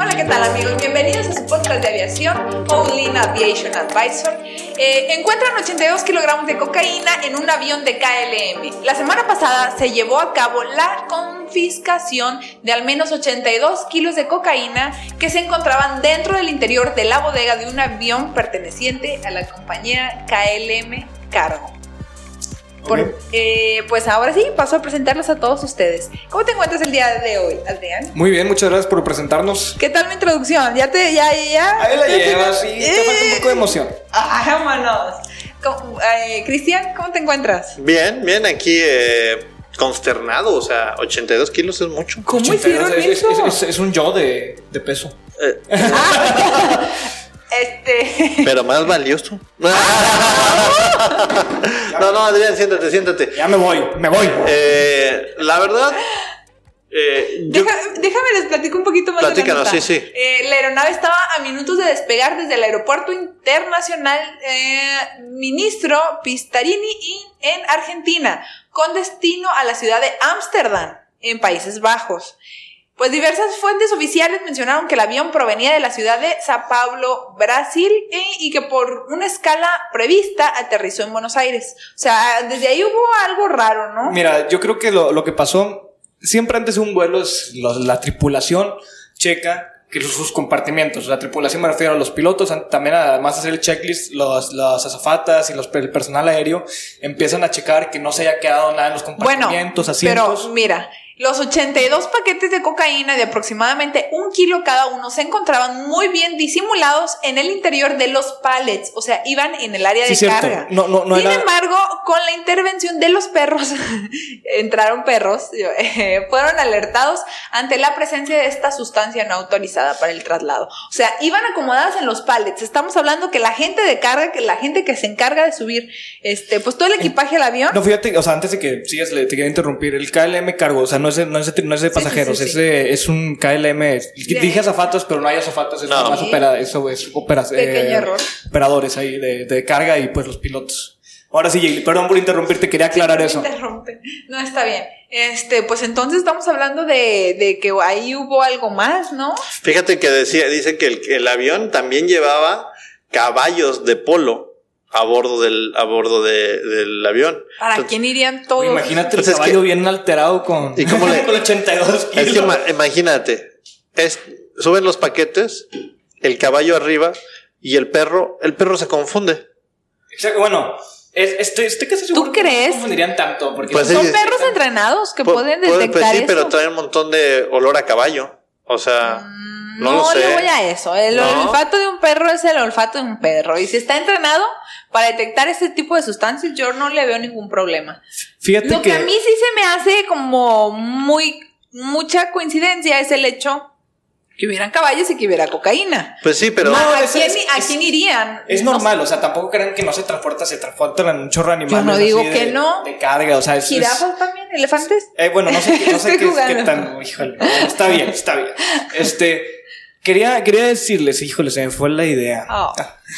Hola, ¿qué tal amigos? Bienvenidos a su podcast de aviación, Olin Aviation Advisor. Eh, encuentran 82 kilogramos de cocaína en un avión de KLM. La semana pasada se llevó a cabo la confiscación de al menos 82 kilos de cocaína que se encontraban dentro del interior de la bodega de un avión perteneciente a la compañía KLM Cargo. Por- eh, pues ahora sí, paso a presentarlos a todos ustedes. ¿Cómo te encuentras el día de hoy, Adrián? Muy bien, muchas gracias por presentarnos. ¿Qué tal mi introducción? Ya te, ya, ya. Ahí la ya te- llevas y te falta un poco de emoción. Ah, vámonos. ¿Cómo- eh, Cristian, ¿cómo te encuentras? Bien, bien, aquí eh, consternado, o sea, 82 kilos es mucho. ¿Cómo 82, hicieron es, eso? Es, es- es un yo de, de peso. Eh, Este. pero más valioso. no, no, Adrián, siéntate, siéntate. Ya me voy, me voy. Eh, la verdad, eh, yo- Deja- déjame les platico un poquito más Platícanos, de la nota. sí, sí. Eh, la aeronave estaba a minutos de despegar desde el aeropuerto internacional eh, Ministro Pistarini in- en Argentina, con destino a la ciudad de Ámsterdam, en Países Bajos. Pues diversas fuentes oficiales mencionaron que el avión provenía de la ciudad de Sao Paulo, Brasil, e- y que por una escala prevista aterrizó en Buenos Aires. O sea, desde ahí hubo algo raro, ¿no? Mira, yo creo que lo, lo que pasó, siempre antes de un vuelo es lo- la tripulación checa que sus- sus compartimientos, la tripulación me refiero a los pilotos, an- también además de hacer el checklist, los, las azafatas y los, el personal aéreo empiezan a checar que no se haya quedado nada en los Bueno, compartimientos, asientos. pero mira, los 82 paquetes de cocaína de aproximadamente un kilo cada uno se encontraban muy bien disimulados en el interior de los pallets, o sea, iban en el área Sí, de cierto. carga. No, no, no Sin era- embargo, con la intervención de los perros, entraron perros, eh, fueron alertados ante la presencia de esta sustancia no autorizada para el traslado. O sea, iban acomodadas en los pallets. Estamos hablando que la gente de carga, que la gente que se encarga de subir, este, pues todo el equipaje al avión. No, fíjate, o sea, antes de que sigas, le- te quería interrumpir. El KLM cargo, o sea, no es de, no es de- no es de Sí, pasajeros, sí, sí, es, de- es un KLM. Dije azafatos, pero no hay azafatos, es No. nada más Sí. opera, eso es opera- eh, Pequeño error. operadores ahí de, de carga y pues los pilotos. Ahora sí, Jaylee, perdón por interrumpirte, quería aclarar Siempre eso. me interrumpen. No, está bien. Este, pues entonces estamos hablando de, de que ahí hubo algo más, ¿no? fíjate que decía, dice que el, el avión también llevaba caballos de polo a bordo del, a bordo de- del avión. ¿Para Entonces, quién irían todos? Imagínate el Pues es caballo que- bien alterado con, ¿Y cómo le- con 82 kilos. Es que ima- imagínate, es, suben los paquetes, el caballo arriba y el perro, el perro se confunde. O sea que, bueno, es- estoy, estoy casi seguro que crees? No se confundirían tanto, porque Pues sí. Son perros entrenados que Po- pueden puede- detectar pues sí, eso. pero traen un montón de olor a caballo. O sea, Mm, no lo sé. le voy a eso. El No. olfato de un perro es el olfato de un perro. Y si está entrenado para detectar este tipo de sustancias, yo no le veo ningún problema. fíjate Lo que, a mí sí se me hace como muy mucha coincidencia es el hecho que hubieran caballos y que hubiera cocaína. pues sí, pero Ma- ¿A, es- quién, es- a es- quién irían? Es No normal, o sea, tampoco crean que no se transporta, se transportan un chorro de animales. Yo no así digo de- que no. De carga, o sea, es. es- ¿Jirafas también? ¿Elefantes? eh, bueno, no sé, qué- no sé Estoy qué, es- qué jugando. tan. Híjole, bueno, está bien, está bien. Este. Quería, quería decirles, híjole, se me fue la idea. Oh.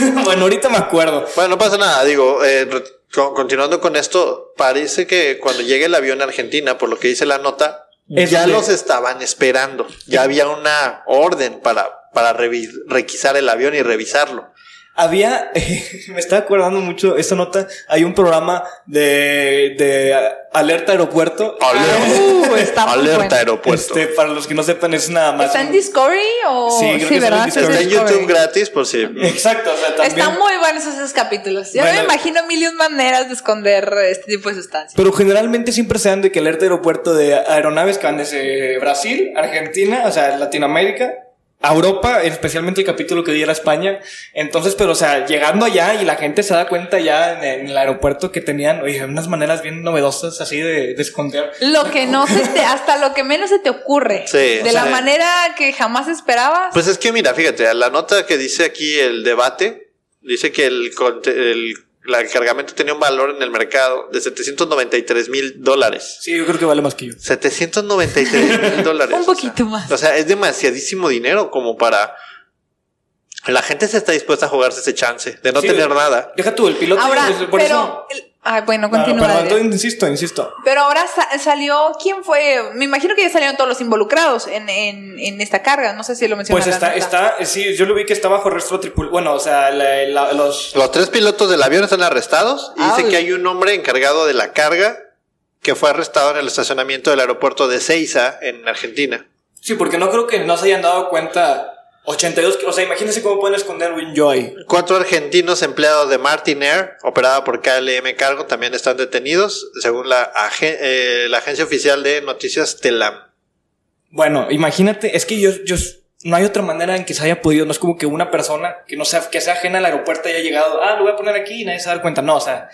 bueno, ahorita me acuerdo. bueno, no pasa nada. Digo, eh, re- con- continuando con esto, parece que cuando llegue el avión a Argentina, por lo que dice la nota, Es ya donde- los estaban esperando. Ya había una orden para, para revi- requisar el avión y revisarlo. Había, me estaba acordando mucho esta nota, hay un programa de, de alerta aeropuerto. Ah, Alerta, Uh, está muy Alerta bueno. aeropuerto. Este, para los que no sepan, es nada más. ¿Está en un- Discovery o...? Sí, creo que está en ¿verdad? Discovery. Está en Discovery. YouTube gratis por si. Exacto, o sea, también. Están muy buenos esos capítulos. Yo Bueno. me imagino mil y un maneras de esconder este tipo de sustancias. Pero generalmente siempre se dan de que alerta aeropuerto de aeronaves que van desde Brasil, Argentina, o sea, Latinoamérica, a Europa, especialmente el capítulo que diera España. Entonces, pero, o sea, llegando allá y la gente se da cuenta ya en, en el aeropuerto que tenían, oye, unas maneras bien novedosas así de, de esconder. Lo que no se te, hasta lo que menos se te ocurre. Sí, de o la sea, manera que jamás esperabas. Pues es que mira, fíjate, a la nota que dice aquí el debate, dice que el, conte- el, la- el cargamento tenía un valor en el mercado de 793 mil dólares. Sí, yo creo que vale más que yo. 793 mil dólares. Un o sea. poquito más. O sea, es demasiadísimo dinero como para... La gente se está dispuesta a jugarse ese chance de no Sí. tener nada. Deja tú, el piloto. Ahora, es- por pero. el- ah, bueno, eso- No, no, continúa. perdón, Adrián. todo- insisto, insisto. pero ahora sa- salió. ¿Quién fue? Me imagino que ya salieron todos los involucrados en, en- en esta carga. No sé si lo mencionaron. Pues está, está, sí, yo lo vi que está bajo rastro tripul... Bueno, o sea, la- la- los, Los tres pilotos del avión están arrestados y dice Ay. que hay un hombre encargado de la carga que fue arrestado en el estacionamiento del aeropuerto de Ceiza en Argentina. Sí, porque no creo que no se hayan dado cuenta 82 kilos. O sea, imagínense cómo pueden esconder un yo ahí. Cuatro argentinos empleados de Martin Air, operada por KLM Cargo, también están detenidos, según la, agen- eh, la agencia oficial de noticias Telam. Bueno, imagínate, es que yo, yo no hay otra manera en que se haya podido. No es como que una persona que no sea, que sea ajena al aeropuerto haya llegado, ah, lo voy a poner aquí y nadie se va a dar cuenta. No, o sea,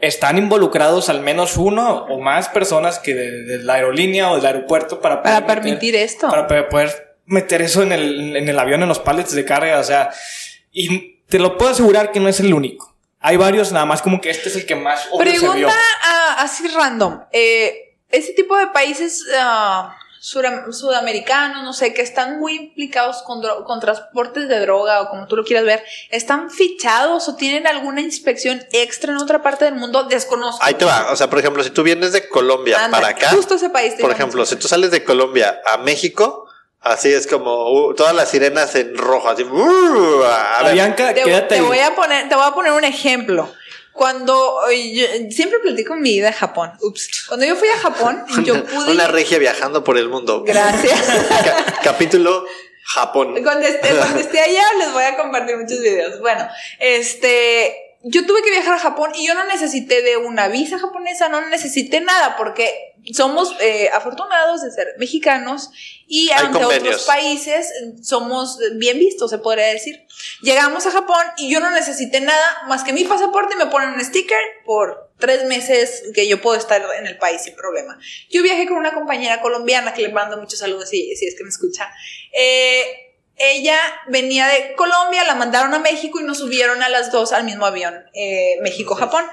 están involucrados al menos uno o más personas que de, de la aerolínea o del aeropuerto para, poder Para meter- permitir esto. Para pe- poder meter eso en el, en el avión, en los pallets de carga, o sea, y te lo puedo asegurar que no es el único. Hay varios, nada más como que este es el que más obvio se vio. Pregunta a- así random. Eh, ese tipo de países ah, sura- sudamericanos, no sé, que están muy implicados con, dro- con transportes de droga o como tú lo quieras ver, ¿están fichados o tienen alguna inspección extra en otra parte del mundo? Desconozco. Ahí te va, o sea, por ejemplo, si tú vienes de Colombia Anda, para acá, Justo ese país. por digamos. ejemplo, si tú sales de Colombia a México, así es como uh, todas las sirenas en rojo, así, uh, a ver, Bianca, Te, quédate te ahí. voy a poner, te voy a poner un ejemplo. Cuando eh, yo- siempre platico mi vida a Japón. Ups. Cuando yo fui a Japón, yo pude. una regia viajando por el mundo. Gracias. Ca- capítulo Japón. Cuando esté, cuando esté allá les voy a compartir muchos videos. Bueno, este, yo tuve que viajar a Japón y yo no necesité de una visa japonesa, no necesité nada porque somos eh, afortunados de ser mexicanos y Hay ante convenios. otros países eh, somos bien vistos, se podría decir. Llegamos a Japón y yo no necesité nada más que mi pasaporte y me ponen un sticker por tres meses que yo puedo estar en el país sin problema. Yo viajé con una compañera colombiana que le mando muchos saludos si, si es que me escucha. Eh, ella venía de Colombia, la mandaron a México y nos subieron a las dos al mismo avión, eh, México-Japón.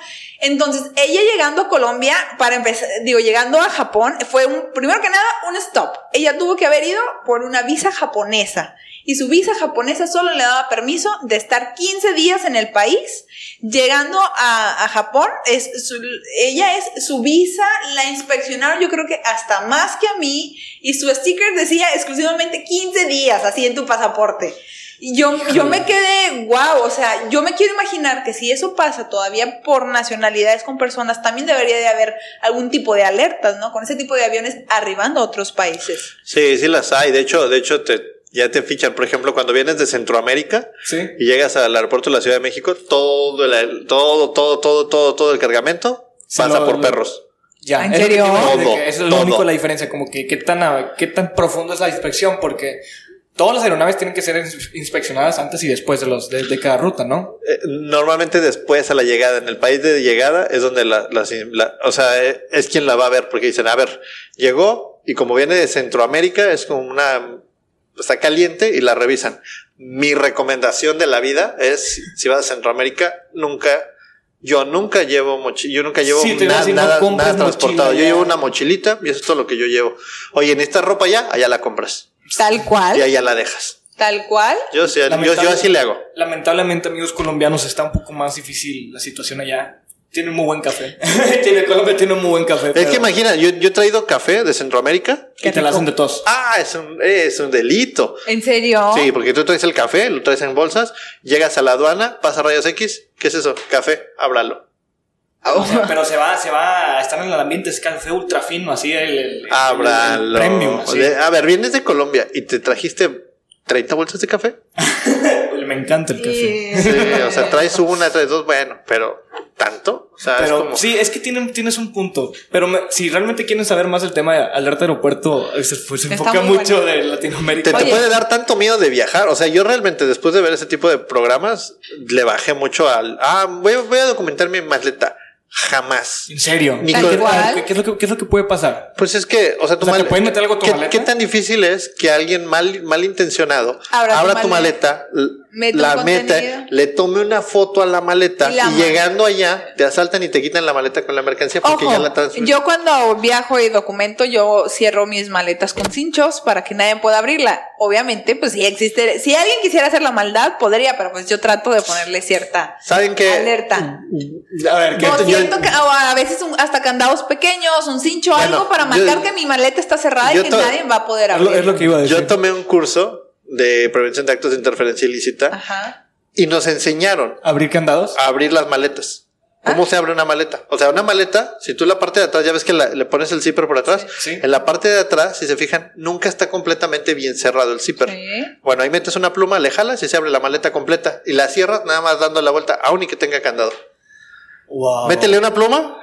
Entonces, ella llegando a Colombia, para empezar, digo, llegando a Japón, fue un, primero que nada, un stop. Ella tuvo que haber ido por una visa japonesa. Y su visa japonesa solo le daba permiso de estar 15 días en el país. Llegando a, a Japón, es su- ella es su visa, la inspeccionaron yo creo que hasta más que a mí. Y su sticker decía exclusivamente 15 días, así en tu pasaporte. Y yo, yo me quedé, wow, o sea, yo me quiero imaginar que si eso pasa todavía por nacionalidades con personas, también debería de haber algún tipo de alertas, ¿no? Con ese tipo de aviones arribando a otros países. Sí, sí las hay. De hecho, de hecho te, ya te fichan. Por ejemplo, cuando vienes de Centroamérica Sí. y llegas al aeropuerto de la Ciudad de México, todo, el, todo, todo, todo, todo, todo el cargamento Sí, pasa lo- por lo- perros. Ya, ¿En es lo que serio? te iba a decir, Todo, que eso es lo todo. único la diferencia, como que qué tan, a- qué tan profundo es la inspección, porque todas las aeronaves tienen que ser ins- inspeccionadas antes y después de, los, de, de cada ruta, ¿no? Eh, normalmente después a la llegada, en el país de llegada, es donde la, la- la- o sea, eh, es quien la va a ver, porque dicen, a ver, llegó y como viene de Centroamérica, es como una, está caliente y la revisan. Mi recomendación de la vida es, si vas a Centroamérica, nunca, yo nunca llevo mochila, yo nunca llevo Sí, te iba a na- decir, no nada, compres nada transportado. mochila, yo ya. llevo una mochilita y eso es todo lo que yo llevo. Oye, en esta ropa ya, allá la compras Tal y cual, allá la dejas. tal cual. Yo, sí, yo, yo Lamentable- así le hago. Lamentablemente, amigos colombianos, está un poco más difícil la situación allá. Tiene un muy buen café. tiene, Colombia tiene un muy buen café. Es pero- que imagina, yo, yo he traído café de Centroamérica. Y te la hacen de tos. Ah, es un, es un delito. ¿En serio? Sí, porque tú traes el café, lo traes en bolsas, llegas a la aduana, pasa rayos X, ¿qué es eso? Café, ábralo. Ah, O sea, pero se va, se va a estar en el ambiente, es café ultra fino, así el, el- el- Ábralo. el premium. así. De- a ver, vienes de Colombia y te trajiste 30 bolsas de café. Me encanta el café. Y- Sí, o sea, traes una, traes dos, bueno, pero ¿tanto? O sea, Pero Ah, es como... sí, es que tienen, tienes un punto. Pero me- si realmente quieren saber más del tema de alerta aeropuerto, eh, se, pues, se Está enfoca muy mucho bueno. de Te, Latinoamérica. te Oye. puede dar tanto miedo de viajar. O sea, yo realmente después de ver ese tipo de programas, le bajé mucho al... Ah, voy, voy a documentar mi maleta. Jamás. En serio. Ni ¿Qué, Tal cual. qué es lo que, qué es lo que puede pasar? Pues es que, o sea, tu O sea, ¿te male- pueden meter algo a tu ¿Qué, maleta? qué tan difícil es que alguien mal malintencionado Abra abra, tu tu maleta, maleta, l- mete un la meta, contenido. le tome una foto a la maleta Y y, la maleta. llegando allá te asaltan y te quitan la maleta con la mercancía porque ya la Ojo, transfer- yo cuando viajo y documento, yo cierro mis maletas con cinchos para que nadie pueda abrirla. Obviamente, pues si existe, si alguien quisiera hacer la maldad, podría, pero pues yo trato de ponerle cierta ¿Saben qué? alerta. A ver, que O, yo- siento que- o a veces un- hasta candados pequeños, un cincho, Bueno, algo para yo- marcar que mi maleta está cerrada y yo que to- nadie va a poder Es lo, abrir. es lo que iba a decir. yo tomé un curso de prevención de actos de interferencia ilícita Ajá. y nos enseñaron ¿Abrir candados? a abrir las maletas. Ah. ¿Cómo se abre una maleta? O sea, una maleta, si tú la parte de atrás, ya ves que la- le pones el zipper por atrás, Sí, sí. en la parte de atrás, si se fijan, nunca está completamente bien cerrado el zipper. Sí. Bueno, ahí metes una pluma, le jalas y se abre la maleta completa y la cierras nada más dando la vuelta, aún y que tenga candado. Wow. Métele una pluma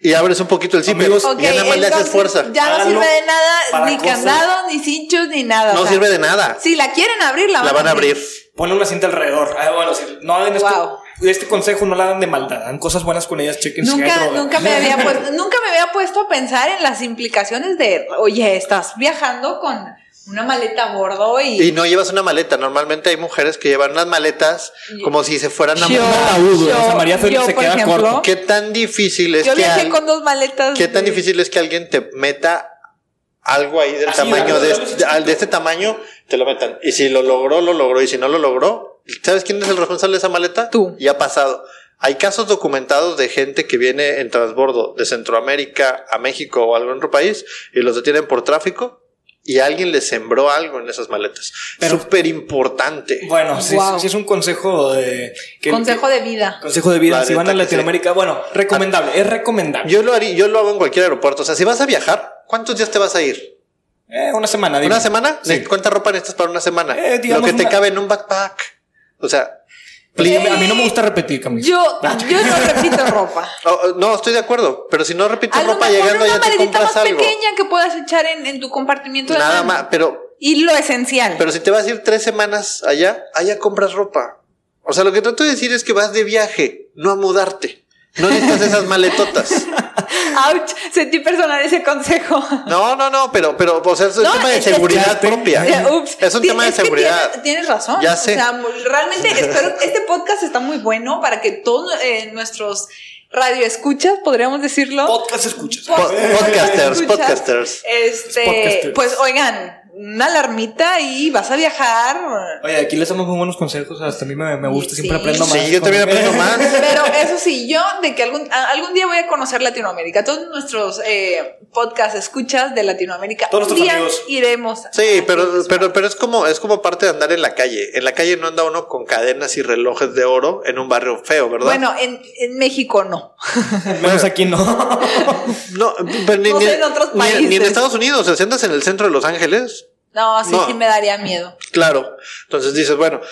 y abres un poquito el zipper. Ah. Amigos, Ok, y ya nada más le haces entonces, fuerza. Ya no Háganlo sirve de nada, para ni cosas- candados, ni cinchos, ni nada. No o sea, sirve de nada. Si la quieren abrir, la, la van a abrir. Ponle una cinta alrededor. Ah, bueno, si no hagan esto- Wow. Este consejo no la dan de maldad. Dan cosas buenas con ellas, chequen si hay Nunca, droga. nunca, me había puesto, nunca me había puesto a pensar en las implicaciones de, oye, estás viajando con una maleta a bordo y... Y no llevas una maleta. Normalmente hay mujeres que llevan unas maletas como si se fueran a ataúd, o sea, María Félix se por queda ejemplo, corto. ¿Qué tan difícil es Yo que viajé al- con dos maletas. qué tan de- difícil es que alguien te meta algo ahí del Así, tamaño algo, de, algo este- chiquito. al- de este tamaño te lo metan y si lo logró lo logró y si no lo logró sabes quién es el responsable de esa maleta Tú. y ha pasado hay casos documentados de gente que viene en transbordo de Centroamérica a México o a algún otro país y los detienen por tráfico y alguien les sembró algo en esas maletas Pero- súper importante Bueno, sí, Wow. sí es un consejo de... que- Consejo de vida. Consejo de vida, La si van a neta que sí. Ah. Latinoamérica, bueno, recomendable, es recomendable. yo lo haría yo lo hago en cualquier aeropuerto o sea si vas a viajar ¿cuántos días te vas a ir? Eh, una semana, dime. ¿Una semana? Sí. ¿Cuánta ropa necesitas para una semana? Eh, Lo digamos que te una- cabe en un backpack. O sea, Pues please. a mí- a mí no me gusta repetir, Camilo. Ah, Yo, Ah, yo no repito ropa. Oh, oh, no, estoy de acuerdo, pero si no repites A lo ropa mejor llegando una ya te maletita más compras algo. pequeña que puedas echar en, en tu compartimiento de Nada mano. más, pero, Y lo esencial. pero si te vas a ir tres semanas allá, allá compras ropa. O sea, lo que trato de decir es que vas de viaje, no a mudarte. No necesitas esas maletotas. Ouch, sentí personal ese consejo. No, no, no, pero, pero, o sea, es un No, tema de es que- seguridad propia. Eh, ups. Es un Ti- tema de que seguridad. Tienes, tienes razón. Ya sé. O sea, pues, realmente espero este podcast está muy bueno para que todos eh, nuestros radioescuchas, podríamos decirlo. Podcast escuchas. Po- Po- podcasters, escuchas, podcasters. Este, Podcasters. pues oigan, una alarmita y vas a viajar. Oye, aquí les damos muy buenos consejos, hasta a mí me, me gusta, siempre Sí. aprendo más. Sí, yo también Cuando- aprendo más. Pero eso sí, yo de que algún, a- algún día voy a conocer Latinoamérica. Todos nuestros eh, podcast escuchas de Latinoamérica. Todos un nuestros día amigos. iremos. Sí, pero, pero, pero es como, es como parte de andar en la calle. En la calle no anda uno con cadenas y relojes de oro en un barrio feo, ¿verdad? Bueno, en, en México no. Menos aquí no. no, pero ni, no ni- sé en otros ni- ni países. en Estados Unidos. O sea, si andas en el centro de Los Ángeles, No, sí, No. sí me daría miedo. claro. Entonces dices, bueno,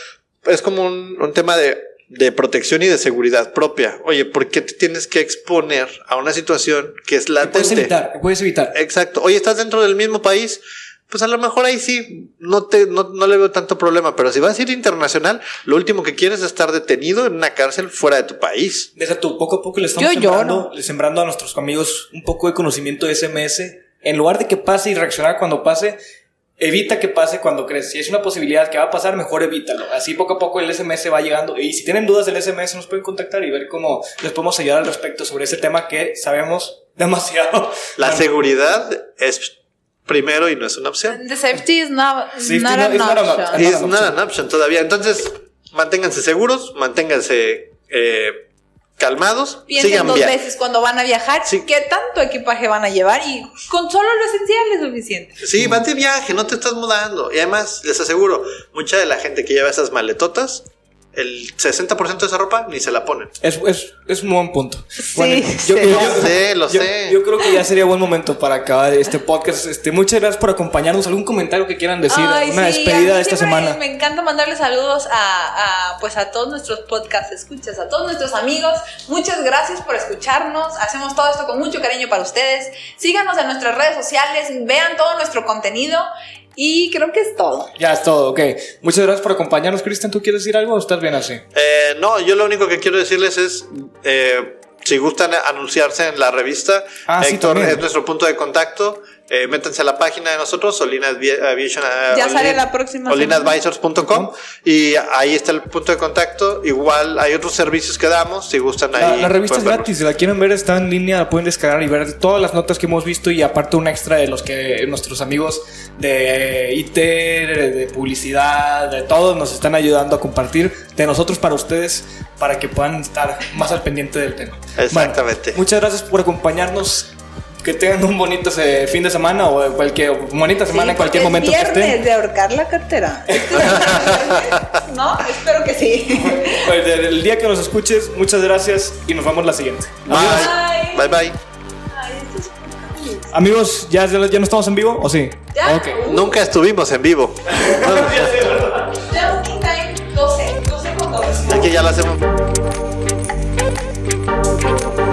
es como un, un tema de, de protección y de seguridad propia. Oye, ¿por qué te tienes que exponer a una situación que es puedes latente? evitar, puedes evitar. Exacto. Oye, estás dentro del mismo país. Pues a lo mejor ahí sí, no te, no, no le veo tanto problema, pero si vas a ir internacional, lo último que quieres es estar detenido en una cárcel fuera de tu país. Deja tú, poco a poco le estamos Yo sembrando, lloro. le sembrando a nuestros amigos un poco de conocimiento de SMS. En lugar de que pase y reaccionar cuando pase, evita que pase cuando crees. Si es una posibilidad que va a pasar, mejor evítalo. Así poco a poco el SMS va llegando. Y si tienen dudas del SMS, nos pueden contactar y ver cómo les podemos ayudar al respecto sobre ese tema que sabemos demasiado. La Bueno, seguridad es primero y no es una opción. The safety is not, Safety not no- an is not an option. option. Es no, no, nada una opción todavía. Entonces, manténganse seguros, manténganse eh, calmados, Piensen sigan dos viajando. veces cuando van a viajar Sí. qué tanto equipaje van a llevar y con solo lo esencial es suficiente. Sí, van de viaje, no te estás mudando. Y además, les aseguro, mucha de la gente que lleva esas maletotas, el 60% de esa ropa ni se la ponen. Es, es, es un buen punto. sí. Lo sé, lo yo- sé. yo creo que ya sería buen momento para acabar este podcast. Este, muchas gracias por acompañarnos. ¿Algún comentario que quieran decir? Ay, una sí, despedida a de mí esta siempre semana. Me encanta mandarle saludos a, a, pues a todos nuestros podcast escuchas, a todos nuestros amigos. Muchas gracias por escucharnos. Hacemos todo esto con mucho cariño para ustedes. Síganos en nuestras redes sociales, vean todo nuestro contenido y creo que es todo. Ya es todo, ok. Muchas gracias por acompañarnos, Cristian. ¿Tú quieres decir algo o estás bien así? Eh, no, yo lo único que quiero decirles es, eh, si gustan anunciarse en la revista, Ah, sí, Héctor también. es nuestro punto de contacto. Eh, métanse a la página de nosotros, Olina Avi- Aviation. eh, Ya sale Olin- la próxima semana. olinadvisors.com y ahí está el punto de contacto. Igual hay otros servicios que damos, si gustan La, pues ahí. pues, la revista es pueden verlo. gratis, si la quieren ver, está en línea, la pueden descargar y ver todas las notas que hemos visto y aparte un extra de los que nuestros amigos de IT, de publicidad, de todos nos están ayudando a compartir de nosotros para ustedes para que puedan estar más al pendiente del tema. Exactamente. Bueno, muchas gracias por acompañarnos. Que tengan un bonito eh, fin de semana o en cualquier bonita semana Sí, en cualquier porque es momento que viernes estén. de ahorcar la cartera. ¿No? Espero que sí. Pues, del- El día que nos escuches, muchas gracias y nos vemos la siguiente. Bye. Bye, bye. Amigos, ¿ya, ya no estamos en vivo o sí? Ya. Ok. Nunca estuvimos en vivo. Just in time, 12, 12 con 12. Aquí ya lo hacemos. Thank